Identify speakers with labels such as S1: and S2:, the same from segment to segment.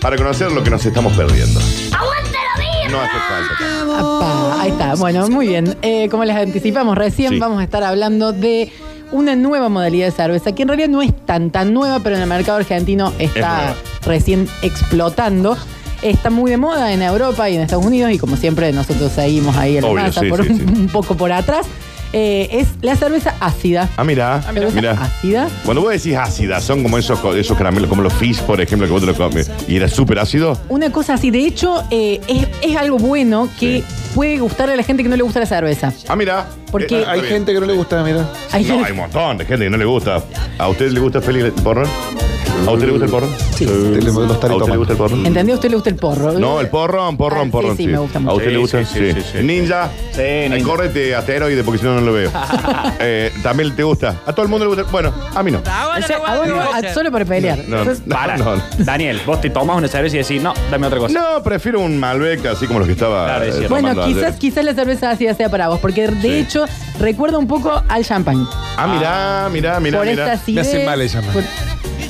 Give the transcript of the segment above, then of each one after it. S1: para conocer lo que nos estamos perdiendo.
S2: ¡Aguante la vida!
S1: No hace falta.
S3: Apá, ahí está. Bueno, muy bien. Eh, como les anticipamos recién,
S1: Sí.
S3: vamos a estar hablando de una nueva modalidad de cerveza, que en realidad no es tan tan nueva, pero en el mercado argentino está
S1: nueva.
S3: recién explotando. Está muy de moda en Europa y en Estados Unidos, y como siempre, nosotros seguimos ahí en la
S1: Obvio,
S3: masa,
S1: sí,
S3: por
S1: sí,
S3: un,
S1: sí.
S3: un poco por atrás. Eh, es la cerveza ácida.
S1: Ah, mira,
S3: mirá.
S1: mira.
S3: ¿Ácida?
S1: Cuando vos decís ácida, son como esos, co- esos caramelos, como los fish, por ejemplo, que vos te lo comes. Y era súper ácido.
S3: Una cosa así. De hecho, eh, es, es algo bueno que
S1: Sí.
S3: puede gustarle a la gente que no le gusta la cerveza.
S1: Ah, mira.
S3: Porque-
S1: Eh,
S3: Está
S4: Hay
S1: bien.
S4: gente que no le gusta, mira.
S3: Hay
S1: No,
S3: gente-
S1: hay un montón de gente que no le gusta. ¿A usted le gusta Félix el porro? ¿A usted le gusta el porro?
S4: Sí. Le- Este, le-
S1: ¿A
S4: lo estaré
S1: usted le
S4: tomando.
S1: gusta el porro?
S3: ¿Entendió? ¿A usted le gusta el porro?
S1: No, el porrón, porrón,
S3: Ah,
S1: porrón.
S3: sí, sí, me gusta
S1: ¿A
S3: mucho.
S1: usted le
S5: Sí,
S1: gusta?
S5: sí, sí,
S1: Sí.
S5: sí, sí.
S1: Ninja.
S5: Sí,
S1: Ay,
S5: ninja.
S1: Córrete a asteroide porque si no, no lo veo. Eh, También te gusta. A todo el mundo le gusta. Bueno, a mí no.
S3: O sea, ¿a dónde va? solo para pelear.
S1: No, no.
S3: Entonces,
S5: Para.
S1: No, no.
S5: Daniel, vos te tomás una cerveza y decís, no, dame otra cosa.
S1: No, prefiero un Malbec así como los que estaba.
S5: Claro, es
S1: eh,
S5: cierto.
S3: bueno,
S1: tomando
S3: quizás,
S1: ayer.
S3: quizás la cerveza ácida sea para vos, porque de
S1: Sí.
S3: hecho recuerda un poco al champán.
S1: Ah, mirá, mirá, mirá.
S3: Por
S1: mirá.
S3: esta acidez.
S4: hace mal el champán.
S3: por-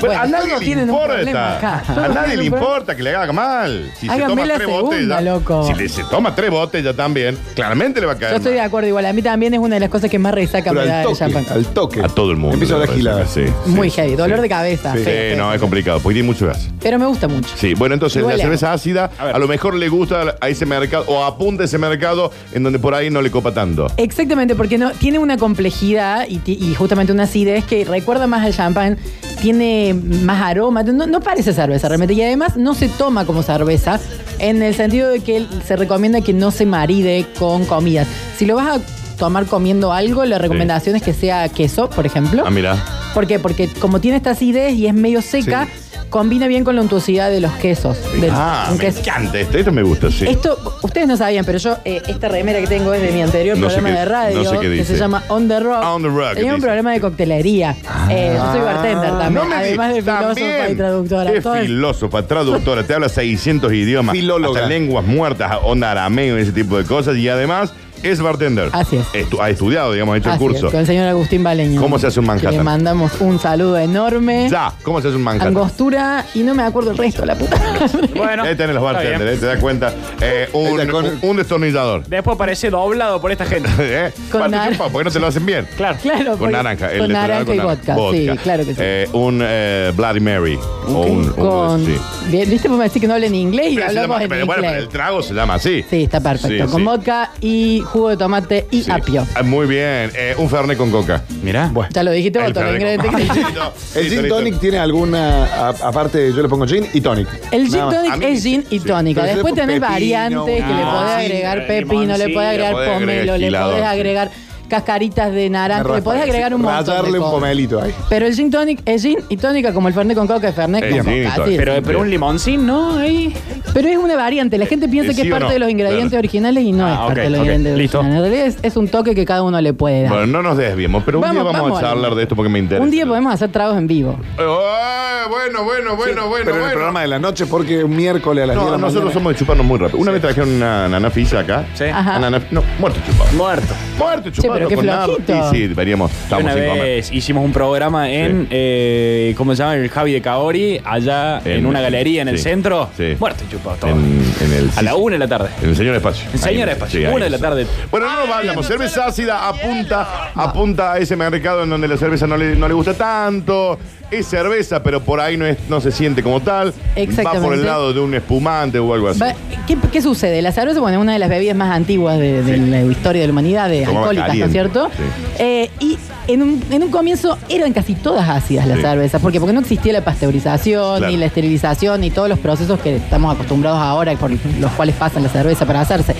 S1: Bueno, a
S3: Bueno,
S1: nadie
S3: todos
S1: le
S3: tienen un problema
S1: importa.
S3: acá.
S1: A
S3: Todos
S1: nadie
S3: tienen
S1: le
S3: un problema.
S1: importa que le haga mal. Si
S3: Háganme la segunda, loco.
S1: Si le- se toma tres botellas también, claramente le va a caer.
S3: Yo estoy de
S1: mal.
S3: acuerdo, igual a mí también es una de las cosas que más resaca
S4: Pero
S3: me da
S4: al
S3: el
S4: toque,
S3: champán.
S4: al toque.
S1: A todo el mundo.
S4: Empieza a
S1: le
S4: hablar gilada.
S1: parece que sí,
S3: Muy
S1: sí,
S3: heavy, dolor
S1: sí.
S3: de cabeza.
S1: Sí,
S3: feo, feo,
S1: no, es
S3: feo.
S1: complicado, porque tiene mucho gas.
S3: Pero me gusta mucho.
S1: Sí, bueno, entonces
S3: Huele
S1: la
S3: a-
S1: cerveza ácida
S5: A
S1: a,
S5: ver.
S1: lo mejor le gusta a ese mercado o apunta ese mercado en donde por ahí no le copa tanto.
S3: Exactamente, porque no, tiene una complejidad y, ti- y justamente una acidez que recuerda más al champán, tiene más aroma, no, no parece cerveza realmente, y además no se toma como cerveza, en el sentido de que se recomienda que no se maride con comidas. Si lo vas a tomar comiendo algo, la recomendación es que sea queso, por ejemplo.
S1: Ah, mira.
S3: ¿Por qué? Porque como tiene esta acidez y es medio seca, combina bien con la untuosidad de los quesos. del-
S1: ah,
S3: un
S1: me
S3: queso.
S1: encanta esto, esto me gusta, sí.
S3: Esto, ustedes no sabían, pero yo, eh, esta remera que tengo es de mi anterior
S1: No sé
S3: programa
S1: qué-
S3: de radio,
S1: no sé qué
S3: que se
S1: dice. Ah,
S3: llama On the Rock.
S1: On the Rock,
S3: Tenía
S1: dice.
S3: un
S1: Ah,
S3: programa de coctelería. Eh, yo soy bartender también,
S1: me
S3: además de
S1: digas,
S3: filósofa y
S1: también.
S3: traductora.
S1: Qué
S3: Todo es-
S1: filósofa, traductora, te habla 600 idiomas.
S4: Filóloga.
S1: hasta lenguas muertas, onda arameo y ese tipo de cosas. Y además es bartender.
S3: Así es.
S1: Estu- ha estudiado, digamos, ha hecho
S3: Así
S1: el
S3: es,
S1: curso.
S3: con el señor Agustín Baleño.
S1: ¿Cómo se hace un Manhattan?
S3: Que Le mandamos un saludo enorme.
S1: Ya, ¿cómo se hace un Manhattan?
S3: Angostura y no me acuerdo el resto, la puta.
S5: Bueno,
S1: Ahí tenés los
S5: está
S1: bartenders,
S5: bien.
S1: eh, te das cuenta. Eh, un,
S4: Ahí está, con-
S1: un destornillador.
S5: Después parece doblado por esta gente.
S1: ¿Eh?
S3: Con
S1: Parte
S3: nar-
S1: chupa, porque no te lo hacen bien.
S5: Claro.
S3: claro,
S1: Con
S3: porque-
S1: naranja. el
S3: Con
S1: de
S3: naranja y
S1: con
S3: vodka. Sí, claro que sí.
S1: Eh, un eh, Bloody Mary. O
S3: Ok.
S1: un, un-
S3: con,
S1: sí.
S3: Bien, ¿Viste? Vos me decís que no hablen inglés y
S1: Pero se
S3: hablamos
S1: llama-
S3: en
S1: pero
S3: inglés.
S1: bueno, pero el trago se llama así.
S3: Sí, está perfecto.
S1: Sí,
S3: con
S1: sí.
S3: vodka y jugo de tomate y
S1: Sí.
S3: apio.
S1: Ah, Muy bien. Eh, un Fernet con coca.
S5: Mirá.
S4: Bueno.
S3: Ya lo dijiste vos,
S1: El
S3: todos los
S1: Fernet con
S3: ingredientes que-
S1: coca. Listo,
S4: El gin
S1: listo.
S4: tonic tiene alguna, a- aparte yo le pongo gin y tonic.
S3: El gin
S4: Nada más.
S1: A
S3: tonic
S1: mí
S3: es
S1: sí,
S3: gin y
S1: sí.
S3: tónica.
S4: Pero
S3: Después
S4: le
S3: tenés
S4: pongo pepino,
S3: variantes que
S4: un
S1: ah,
S3: le podés
S5: limoncillo,
S3: agregar
S5: un
S3: pepino, le
S5: limoncillo,
S3: podés agregar
S1: le podés agregar
S3: pomelo, le
S1: gilador,
S3: podés
S1: sí.
S3: agregar cascaritas de naranja,
S4: Una
S3: le podés
S4: raspa,
S3: agregar un
S4: sí.
S3: montón de
S4: Rallarle un
S3: cosas.
S4: pomelito ahí.
S3: Pero el gin tonic es gin y tónica como el Fernet con coca, el Fernet
S1: Es
S3: con
S1: gin y
S3: coca.
S1: tonic.
S3: así es.
S5: Pero, pero un limoncín, ¿no? Ahí.
S3: Pero es una variante. La gente piensa
S1: Eh,
S3: que
S1: sí
S3: es
S1: o
S3: parte
S1: no,
S3: de los ingredientes
S1: claro.
S3: originales y no
S5: Ah,
S3: es parte
S5: ok,
S3: de los
S5: ok,
S3: ingredientes
S5: listo.
S3: originales. En realidad es, es un toque que cada uno le puede dar.
S1: Bueno, no nos desviemos, pero un
S3: Vamos,
S1: día vamos,
S3: vamos,
S1: a charlar de esto porque me interesa.
S3: un día podemos hacer tragos en vivo.
S1: Eh, bueno, bueno, bueno, bueno.
S4: Pero en
S1: bueno.
S4: el programa de la noche, porque un miércoles a las 10
S1: No,
S4: de la
S1: nosotros
S4: mañana.
S1: somos de chuparnos muy rápido. Una vez trajeron una nana fisa acá.
S5: Sí.
S3: Ajá.
S1: Una nana- no, muerto chupado.
S5: Muerto.
S1: Muerto chupado.
S3: pero qué
S1: con nada.
S3: flojito.
S1: Y sí, veríamos. Estamos
S5: Una
S1: sin comer.
S5: vez hicimos un programa en, eh, ¿cómo se llama? El Javi de Caori, allá en,
S1: En-
S5: una galería en el
S1: sí,
S5: centro.
S1: sí.
S5: Muerto y chupado todo.
S1: En, en el,
S5: a la una de la tarde.
S1: En el señor espacio.
S5: En Señor
S1: Ahí,
S5: Espacio,
S1: ahí.
S5: una de la tarde.
S1: Bueno, no nos vayamos. Cerveza ácida apunta, apunta a ese mercado en donde la cerveza no le, no le gusta tanto. Es cerveza, pero por ahí no, es, no se siente como tal.
S3: Exactamente.
S1: Va por el lado de un espumante o algo así.
S3: Va- ¿Qué, qué sucede? La cerveza bueno, es una de las bebidas más antiguas de, de la historia de la humanidad, de
S1: Tomaba
S3: alcohólicas, ¿no es
S1: caliente,
S3: cierto?
S1: sí.
S3: Eh, y en un, en un comienzo eran casi todas ácidas las
S1: Sí.
S3: cervezas. ¿Por qué? Porque no existía la pasteurización,
S1: Claro.
S3: ni la esterilización, ni todos los procesos que estamos acostumbrados ahora, por los cuales pasan la cerveza para hacerse.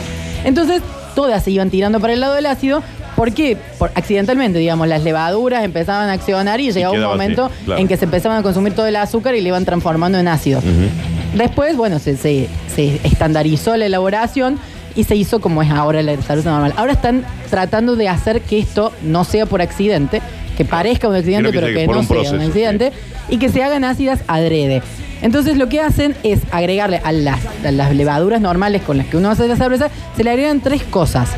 S3: Entonces, todas se iban tirando para el lado del ácido. ¿Por qué? Por, accidentalmente, digamos, las levaduras empezaban a accionar y llegaba un
S1: quedaba así,
S3: momento
S1: claro.
S3: en que se empezaban a consumir todo el azúcar y le iban transformando en ácido. Después, bueno, se, se- se estandarizó la elaboración y se hizo como es ahora la cerveza normal. Ahora están tratando de hacer que esto no sea por accidente, que parezca un accidente,
S1: Creo que
S3: pero
S1: sí,
S3: que
S1: por
S3: no
S1: un
S3: sea un
S1: proceso,
S3: accidente, y que se hagan ácidas adrede. Entonces lo que hacen es agregarle a las, a las levaduras normales con las que uno hace la cerveza, se le agregan tres cosas.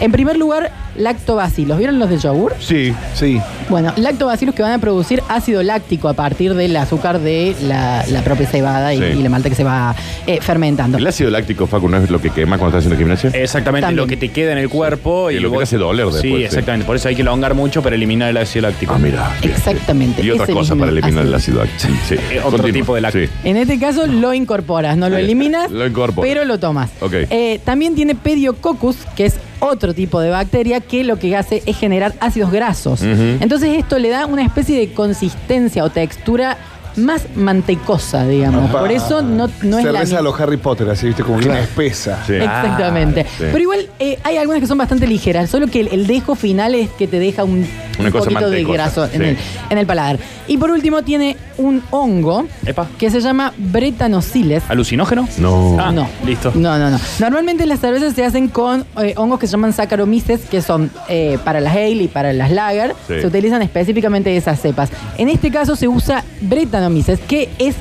S3: En primer lugar, lactobacilos. ¿Vieron los de yogur?
S1: Sí.
S4: Sí.
S3: Bueno, lactobacilos que van a producir ácido láctico a partir del azúcar de la, la propia cebada y,
S1: Sí.
S3: y la malta que se va eh, fermentando.
S1: ¿El ácido láctico, Facu, no es lo que quema cuando estás haciendo gimnasia?
S5: Exactamente,
S3: También.
S5: lo que te queda en el cuerpo.
S1: Y lo que
S5: vos-
S1: te hace doler
S5: Sí,
S1: después, sí.
S5: exactamente. Por eso hay que elongar mucho para eliminar el ácido láctico.
S1: Ah, mira. bien,
S3: Exactamente,
S1: bien. Y otras
S3: ese
S1: cosas para
S3: mismo
S1: eliminar el
S3: ácido.
S1: ácido láctico. Sí.
S5: Eh, otro
S1: Continúa.
S5: tipo de láctico.
S1: Sí.
S3: En este caso lo incorporas, no lo
S1: Ahí está.
S3: eliminas,
S1: Lo incorporas.
S3: pero lo tomas.
S1: Ok.
S3: Eh, también tiene pediococcus, que es otro tipo de bacteria que lo que hace es generar ácidos grasos.
S1: Ujú.
S3: Entonces esto le da una especie de consistencia o textura más mantecosa, digamos.
S4: Opa.
S3: Por eso no, no es la
S4: Cerveza
S3: misma.
S4: a los Harry Potter, así, viste, como bien espesa.
S1: Sí. Ah,
S3: Exactamente.
S1: sí.
S3: Pero igual eh, hay algunas que son bastante ligeras, solo que el, el dejo final es que te deja un,
S1: Una
S3: un
S1: cosa
S3: poquito de
S1: mantecosa,
S3: graso en,
S1: sí.
S3: el, en el paladar. Y por último tiene un hongo
S5: Epa.
S3: que se llama bretanociles.
S5: ¿Alucinógeno?
S1: No.
S5: Ah,
S3: no.
S5: Listo.
S3: No, no, no. Normalmente las cervezas se hacen con eh, hongos que se llaman Saccharomyces, que son eh, para las ale y para las lager.
S1: Sí.
S3: Se utilizan específicamente esas cepas. En este caso se usa Brettanomyces, que es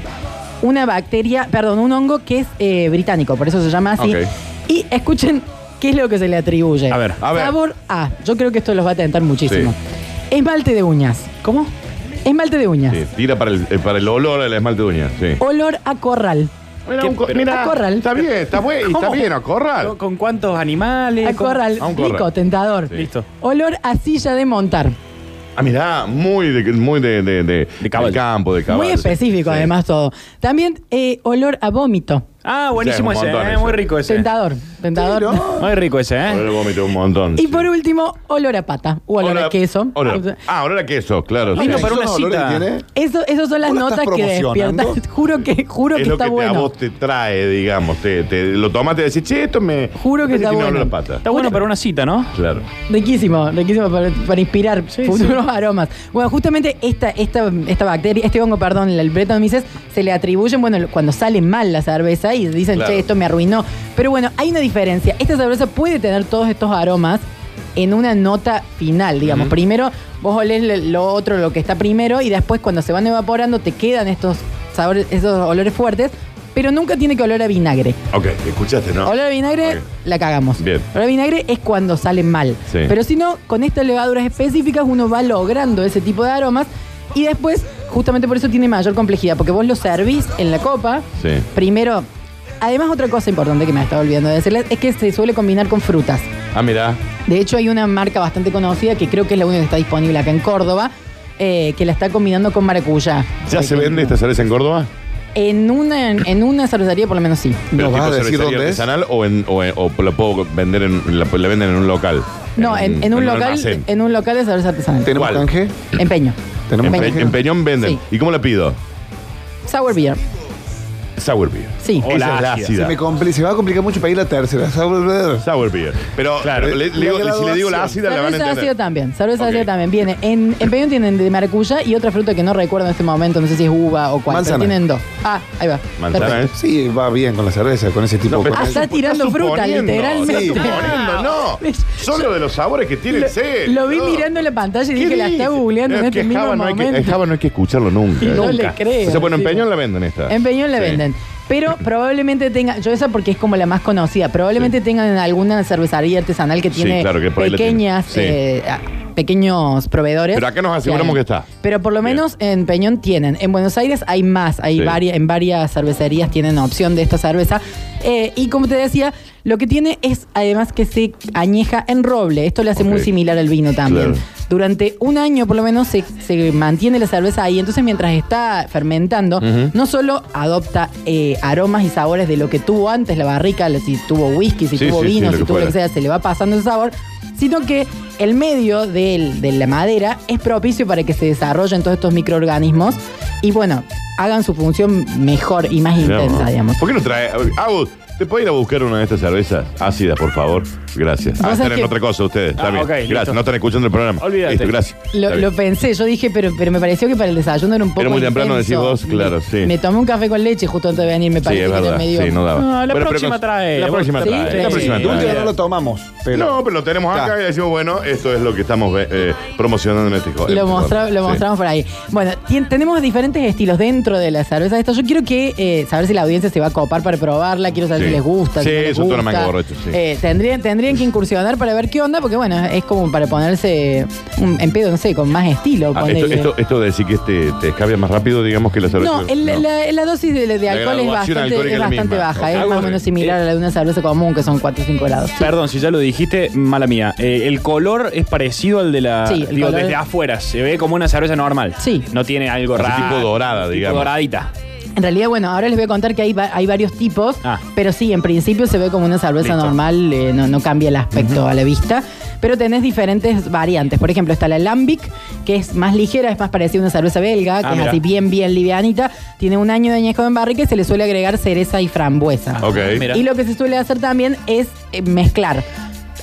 S3: una bacteria, perdón, un hongo que es eh, británico, por eso se llama así.
S1: Ok.
S3: Y escuchen qué es lo que se le atribuye.
S5: A ver,
S1: a ver.
S3: Sabor A. Yo creo que esto los va a tentar muchísimo. Esmalte de uñas.
S5: ¿Cómo?
S3: Esmalte de uñas.
S1: Sí, Tira para el, eh, para el olor al esmalte de uña. Sí.
S3: Olor a corral.
S1: Mira,
S5: ¿Qué?
S1: un co-
S5: Pero-
S1: mira,
S3: a corral.
S1: Está bien, está, buen- está
S5: ¿Cómo?
S1: bien, a corral.
S5: ¿Con, con cuántos animales?
S3: A
S5: ¿Con-
S3: corral.
S1: a un corral.
S3: Rico, tentador.
S1: Sí.
S5: Listo.
S3: Olor a silla de montar.
S1: Ah, mirá, muy de, muy de, de, de-
S5: De caballo.
S1: del campo, de caballo.
S3: Muy específico,
S1: Sí.
S3: además, todo. También eh, olor a vómito.
S5: Ah, buenísimo
S1: Sí, un
S5: ese.
S1: montón
S5: eh,
S1: ese.
S5: muy rico ese.
S3: Tentador. Tentador.
S5: Muy rico ese,
S1: Olor
S5: ¿eh?
S1: a vómito un montón.
S3: Y por último, olor a pata o olor, a queso.
S1: olor- Ah, ahora a queso, claro.
S5: Lindo
S1: sí.
S5: para una
S4: ¿Esos olores
S5: cita.
S4: que tiene?
S3: Eso, esas son las
S4: ¿Vos la
S3: notas
S4: estás
S3: que
S4: promocionando?
S3: despiertan. juro que, juro
S1: es
S3: que
S1: lo
S3: está
S1: que te- a
S3: bueno.
S1: vos te trae, digamos. Te, te- lo tomas, te decís, che, esto me.
S3: Juro que
S1: me
S3: está
S1: tiene
S3: bueno.
S1: olor a pata.
S5: Está bueno para una cita, ¿no?
S1: Claro.
S3: Riquísimo, riquísimo para, para inspirar futuros aromas. Bueno, justamente esta, esta, esta bacteria, este hongo, perdón, el Brettanomyces, se le atribuyen, bueno, cuando sale mal la cerveza y dicen,
S1: Claro.
S3: che, esto me arruinó. Pero bueno, hay una diferencia. Esta cerveza puede tener todos estos aromas en una nota final, digamos. Primero, vos olés le- lo otro, lo que está primero, y después cuando se van evaporando te quedan estos sabores, esos olores fuertes, pero nunca tiene que olor a vinagre.
S1: Ok, escuchaste, ¿no?
S3: Olor a vinagre,
S1: Ok.
S3: la cagamos.
S1: Bien.
S3: Olor a vinagre es cuando salen mal.
S1: Sí.
S3: Pero si no, con estas levaduras específicas uno va logrando ese tipo de aromas y después, justamente por eso tiene mayor complejidad, porque vos lo servís en la copa.
S1: Sí.
S3: Primero, además otra cosa importante que me estaba olvidando de decirles es que se suele combinar con frutas.
S1: Ah, mirá.
S3: De hecho, hay una marca bastante conocida que creo que es la única que está disponible acá en Córdoba, eh, que la está combinando con maracuyá.
S1: ¿Ya
S3: Por
S1: se
S3: ejemplo.
S1: vende esta cerveza en Córdoba?
S3: En una, en una cervecería por lo menos sí.
S1: ¿Pero
S4: vas
S1: tipo
S4: a decir
S1: cervecería
S4: dónde es?
S1: artesanal o, en, o, en- o la puedo vender en, la, la venden en un local?
S3: No, en, en un local,
S1: almacén.
S3: en un local de cerveza artesanal.
S4: ¿Tenemos
S1: ¿Cuál?
S4: canje?
S3: Empeño.
S1: En,
S4: ¿Tenemos
S1: Pe-
S4: canje?
S1: en Peñón venden.
S3: Sí.
S1: ¿Y cómo la pido?
S3: Sour beer.
S1: Sour beer.
S3: Sí.
S5: O
S1: Esa es la
S5: ácida.
S1: ácida.
S4: Se me compli- se va a complicar mucho para ir a la tercera. ¿sabes?
S1: Sour beer. Pero
S5: Claro.
S1: pero le- le digo- si le digo la ácida, la van a
S3: Cerveza
S1: entender.
S3: ácida también. Cerveza
S1: Ok.
S3: ácida también. Viene. En, en Peñón tienen de maracuyá y otra fruta que no recuerdo en este momento. No sé si es uva o cuál. pero
S4: Manzana.
S3: Tienen dos. Ah, ahí va.
S1: Manzana,
S3: Perfecto.
S1: ¿eh?
S4: Sí, va bien con la cerveza, con ese
S1: No,
S4: tipo de
S1: pero
S3: Ah,
S4: cosas.
S3: está tirando fruta,
S1: suponiendo,
S3: literalmente.
S1: está suponiendo, no.
S3: Yo-
S1: Solo de los sabores que tiene el set.
S3: Lo vi
S1: no.
S3: mirando en la pantalla y dije,
S1: ¿Qué
S3: la
S1: dice?
S3: está googleando en
S1: Es
S3: este
S1: que
S3: mismo
S1: Java no hay que-
S3: momento.
S1: a Java no hay que escucharlo nunca. ¿eh?
S3: Y no
S1: Nunca.
S3: le creo.
S1: O sea, bueno, en
S3: Sí.
S1: Peñón la venden esta.
S3: En Peñón la
S1: Sí.
S3: venden. Pero probablemente tenga, yo esa porque es como la más conocida, probablemente tengan en alguna cervecería artesanal que
S1: Sí,
S3: tiene
S1: claro que por ahí la
S3: pequeñas,
S1: tienen. Sí.
S3: eh, a- pequeños proveedores.
S1: Pero acá nos aseguramos
S3: hay.
S1: que está.
S3: Pero por lo
S1: Bien.
S3: menos en Peñón tienen. En Buenos Aires hay más, hay
S1: Sí.
S3: varias, en varias cervecerías tienen opción de esta cerveza. Eh, y como te decía, lo que tiene es además que se añeja en roble. Esto le hace
S1: Ok.
S3: muy similar al vino también.
S1: Claro.
S3: Durante un año por lo menos se, se mantiene la cerveza ahí. Entonces mientras está fermentando,
S1: Ujú.
S3: no solo adopta eh, aromas y sabores de lo que tuvo antes la barrica, si tuvo whisky, si
S1: Sí,
S3: tuvo
S1: sí, sí,
S3: vino,
S1: lo
S3: si
S1: que
S3: tuvo lo que
S1: fuera.
S3: sea, se le va pasando el sabor, sino que el medio del- de la madera es propicio para que se desarrollen todos estos microorganismos y bueno, hagan su función mejor y más
S1: Mirá,
S3: intensa,
S1: ¿no?
S3: digamos.
S1: ¿Por qué no trae? Agus, ¿te puedo ir a buscar una de estas cervezas ácidas, por favor? Gracias.
S3: Vos
S1: Ah,
S3: sabés
S1: están en
S3: que-
S1: otra cosa ustedes. Está
S5: Ah,
S1: bien.
S5: ok,
S1: gracias.
S5: listo.
S1: No están escuchando el programa.
S5: Olvídate.
S1: Listo, gracias.
S3: Lo,
S1: Está bien.
S3: lo pensé, yo dije, pero, pero me pareció que para el desayuno era un poco.
S1: Era muy temprano,
S3: intenso.
S1: decís vos, claro, sí.
S3: Me, me tomé un café con leche justo antes de venir, me
S1: Sí,
S3: pareció
S1: es
S3: que era
S1: verdad.
S3: medio.
S1: Sí, no eh, daba.
S5: No, la
S1: Pero, pero-
S5: próxima trae.
S1: La próxima
S3: Sí,
S1: trae. La
S3: sí.
S1: próxima
S5: Sí.
S4: De última
S1: trae.
S4: no lo tomamos, pero...
S1: No, pero lo tenemos acá
S4: Ya.
S1: y decimos, bueno, esto es lo que estamos eh, eh, promocionando en este juego.
S3: Lo, mostra- lo
S1: Sí.
S3: mostramos por ahí. Bueno, tien- tenemos diferentes estilos dentro de la cerveza. Esto yo quiero que eh, saber si la audiencia se va a copar para probarla. Quiero saber
S1: Sí.
S3: que les gusta. que
S1: Sí,
S3: no les
S1: son todos los
S3: gusta.
S1: mangos borrachos, sí.
S3: Eh, tendrían, tendrían que incursionar para ver qué onda, porque bueno, es como para ponerse un- en pedo, no sé, con más estilo.
S1: Ah, esto,
S3: ponele.
S1: esto, esto de decir que este te escabia más rápido, digamos, que la cerveza.
S3: No, el- La, la dosis de, de alcohol es
S1: graduación
S3: bastante,
S1: alcohólica
S3: es
S1: es la
S3: bastante
S1: misma.
S3: baja,
S1: Ok.
S3: es más o menos similar a la de una cerveza común, que son 4 o 5 grados. Sí.
S5: Perdón, si ya lo dijiste, mala mía. Eh, el color es parecido al de la.
S3: Sí, el
S5: digo,
S3: color-
S5: desde afuera. Se ve como una cerveza normal.
S3: Sí.
S5: No tiene algo
S1: Así
S5: raro.
S1: tipo dorada, digamos.
S5: doradita.
S3: En realidad, bueno, ahora les voy a contar que hay, va- hay varios tipos,
S5: Ah.
S3: pero sí, en principio se ve como una cerveza
S5: Listo.
S3: normal, eh, no, no cambia el aspecto a la vista, pero tenés diferentes variantes. Por ejemplo, está la Lambic, que es más ligera, es más parecida a una cerveza belga, que
S5: Ah,
S3: es
S5: mira.
S3: así bien, bien livianita, tiene un año de añejo en barrica y se le suele agregar cereza y frambuesa.
S1: Ok.
S5: Ah, Mira.
S3: Y lo que se suele hacer también es eh, mezclar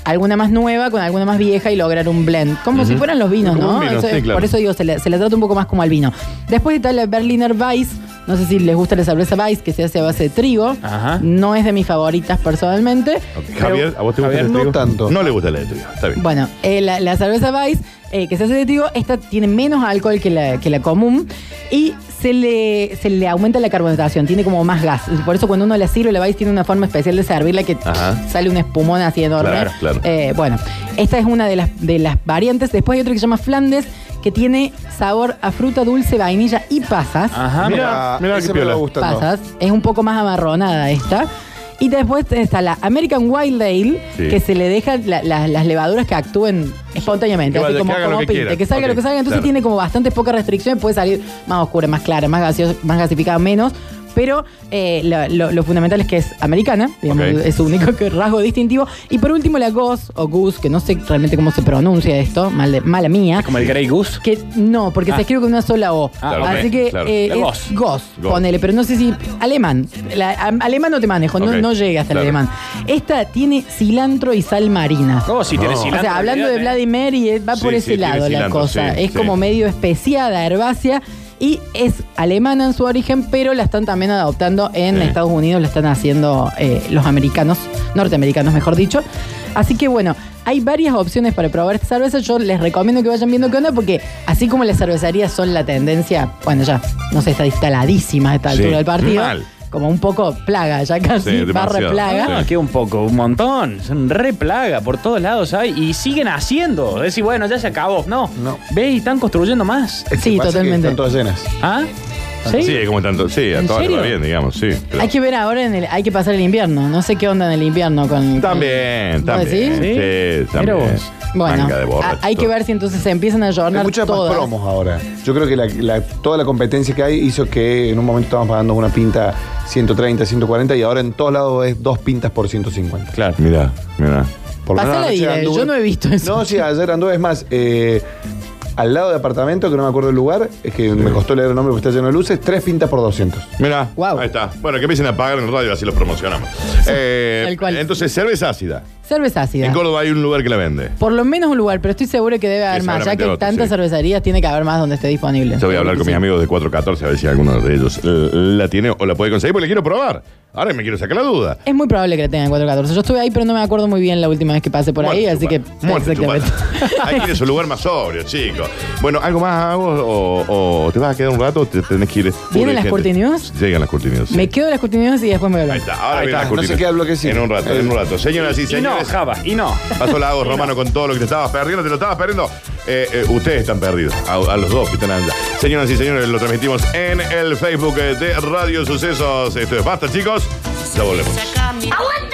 S3: alguna más nueva con alguna más vieja y lograr un blend. Como si fueran los vinos,
S1: Como
S3: ¿no?
S1: un vino,
S3: Eso es-
S1: sí, claro.
S3: Por eso digo, se le, se le trata un poco más como al vino. Después está la Berliner Weiss. No sé si les gusta la cerveza Weiss, que se hace a base de trigo.
S5: Ajá.
S3: No es de mis favoritas personalmente.
S1: Ok.
S3: pero-
S1: Javier, ¿a vos te gusta
S4: Javier,
S1: el
S4: no
S1: trigo?
S4: tanto.
S1: No le gusta el de trigo. Está bien.
S3: Bueno, eh, la, la cerveza Weiss, eh, que se hace de trigo, esta tiene menos alcohol que la, que la común y se le, se le aumenta la carbonatación, tiene como más gas. Por eso cuando uno la sirve, la Weiss tiene una forma especial de servirla que
S1: Ajá.
S3: sale un espumón así enorme.
S1: Claro, claro.
S3: Eh, bueno, esta es una de las, de las variantes. Después hay otra que se llama Flandes, que tiene sabor a fruta dulce, vainilla y pasas
S1: Ah,
S5: Ajá.
S1: Mirá, mirá
S4: ese
S1: qué
S4: me
S1: piola.
S4: va gustando.
S3: pasas. Es un poco más amarronada esta. Y después está la American Wild Ale,
S1: Sí.
S3: que se le deja la- la- las levaduras que actúen espontáneamente,
S1: Que
S3: así
S1: vaya,
S3: como,
S1: que haga lo
S3: como
S1: que
S3: pinte,
S1: quiera.
S3: que salga
S1: Ok,
S3: lo que salga. Entonces
S1: claro.
S3: tiene como bastante pocas restricciones, puede salir más oscura, más clara, más gaseosa, más gasificada, menos. Pero eh, lo, lo- lo fundamental es que es americana, digamos,
S1: Ok.
S3: es su único que- rasgo distintivo. Y por último la Goose o Goose, que no sé realmente cómo se pronuncia esto, mal de- mala mía.
S5: Es como el Grey Goose.
S3: Que no, porque
S5: Ah.
S3: se escribe con una sola O.
S5: Ah, ok,
S3: Así que
S1: claro.
S3: eh,
S5: La
S3: es
S5: Goss.
S3: Goss,
S1: Goss.
S3: ponele, pero no sé si. Alemán. La- a- alemán no te manejo, no-
S1: Ok,
S3: no, llega hasta
S1: claro.
S3: el alemán. Esta tiene cilantro y sal marina.
S5: Oh, sí, tiene
S1: No.
S5: cilantro.
S3: O sea, hablando de
S5: olvídate.
S3: Vladimir, y va
S1: Sí,
S3: por
S1: sí,
S3: ese
S1: tiene
S3: lado la
S1: cilantro,
S3: cosa.
S1: sí,
S3: es
S1: sí.
S3: como medio especiada, herbácea. Y es alemana en su origen, pero la están también adoptando en
S1: Sí.
S3: Estados Unidos, la están haciendo eh, los americanos, norteamericanos mejor dicho. Así que bueno, hay varias opciones para probar esta cerveza. Yo les recomiendo que vayan viendo qué onda, porque así como las cervecerías son la tendencia, bueno, ya, no sé, está instaladísima a esta
S1: Sí,
S3: altura del partido.
S1: mal.
S3: Como un poco plaga, ya casi, barra
S1: demasiado,
S3: plaga.
S1: sí.
S5: No, que Ah, un poco, un montón. Son re plaga, por todos lados hay. Y siguen haciendo. Decís, bueno, ya se acabó. No.
S4: No.
S5: Ve y están construyendo más.
S4: Es que
S3: Sí,
S4: Este pasa que
S3: totalmente.
S4: Están todas llenas.
S5: ¿Ah?
S1: Sí, como tanto. Sí, a
S5: ¿En
S1: todas les va
S5: serio?
S1: bien, digamos, sí. pero-
S3: Hay que ver ahora, en el, hay que pasar el invierno. No sé qué onda en el invierno con.
S1: También,
S3: ¿Vos
S1: también.
S3: decís?
S1: Sí,
S5: ¿Sí?
S1: también.
S5: Mira vos.
S3: Bueno,
S1: Manga de borracho,
S3: a- hay que
S1: todo.
S3: ver si entonces se empiezan a
S4: Hay
S3: jornar
S4: muchas
S3: todas.
S4: más promos ahora. Yo creo que la- la- toda la competencia que hay hizo que en un momento estábamos pagando una pinta 130, 140 y ahora en todos lados es dos pintas por 150.
S5: Claro.
S1: Mirá, mirá.
S4: Por lo
S3: Pasá
S4: menos
S3: la
S4: anoche
S3: idea,
S4: anduve-
S3: yo no he visto eso.
S4: No, sí, ayer anduve, es más, eh, al lado de apartamento, que no me acuerdo el lugar, es que me costó leer el nombre porque está lleno de luces, tres pintas por 200.
S1: Mirá,
S3: Guau.
S1: ahí está. Bueno, que empiecen a pagar en radio, así los promocionamos. Eh,
S3: tal cual.
S1: Entonces, cerveza ácida.
S3: Cerveza ácida.
S1: En Córdoba hay un lugar que la vende.
S3: Por lo menos un lugar, pero estoy seguro que debe haber
S1: Sí,
S3: más. Ya
S1: seguramente
S3: que
S1: otro,
S3: tantas
S1: sí.
S3: cervecerías tiene que haber más donde esté disponible.
S1: Yo voy a hablar con mis
S3: Sí.
S1: amigos de 414 a ver si alguno de ellos eh, la tiene o la puede conseguir, porque le quiero probar. Ahora me quiero sacar la duda.
S3: Es muy probable que la tengan en 414. Yo estuve ahí, pero no me acuerdo muy bien la última vez que pasé por ahí,
S1: Muerte,
S3: así
S1: chupada.
S3: que.
S1: Muerte,
S3: exactamente.
S1: chupada. Hay que ir a su lugar más sobrio, chicos. Bueno, ¿algo más hago o, o te vas a quedar un rato o te tenés que ir? Pobre
S3: las
S1: gente.
S3: Curti News?
S1: Llegan las Curti News, sí.
S3: Me quedo en las continuidades y después me voy a
S1: Ahí
S3: hablar.
S1: está, ahora
S5: Ahí
S1: viene
S5: está,
S1: las
S4: no
S1: Curti
S4: sé
S1: News.
S4: qué hablo que sigue.
S1: En un rato, en un rato. Señoras y
S5: Y no,
S1: señores.
S5: Java, y no.
S1: Pasó la hago romano con todo lo que te estabas perdiendo, te lo estabas perdiendo. Eh, eh, ustedes están perdidos, a, a los dos que están andando. Señoras y señores, lo transmitimos en el Facebook eh, de Radio Sucesos. Esto es basta, chicos. Ya volvemos.
S2: ¡Aguante!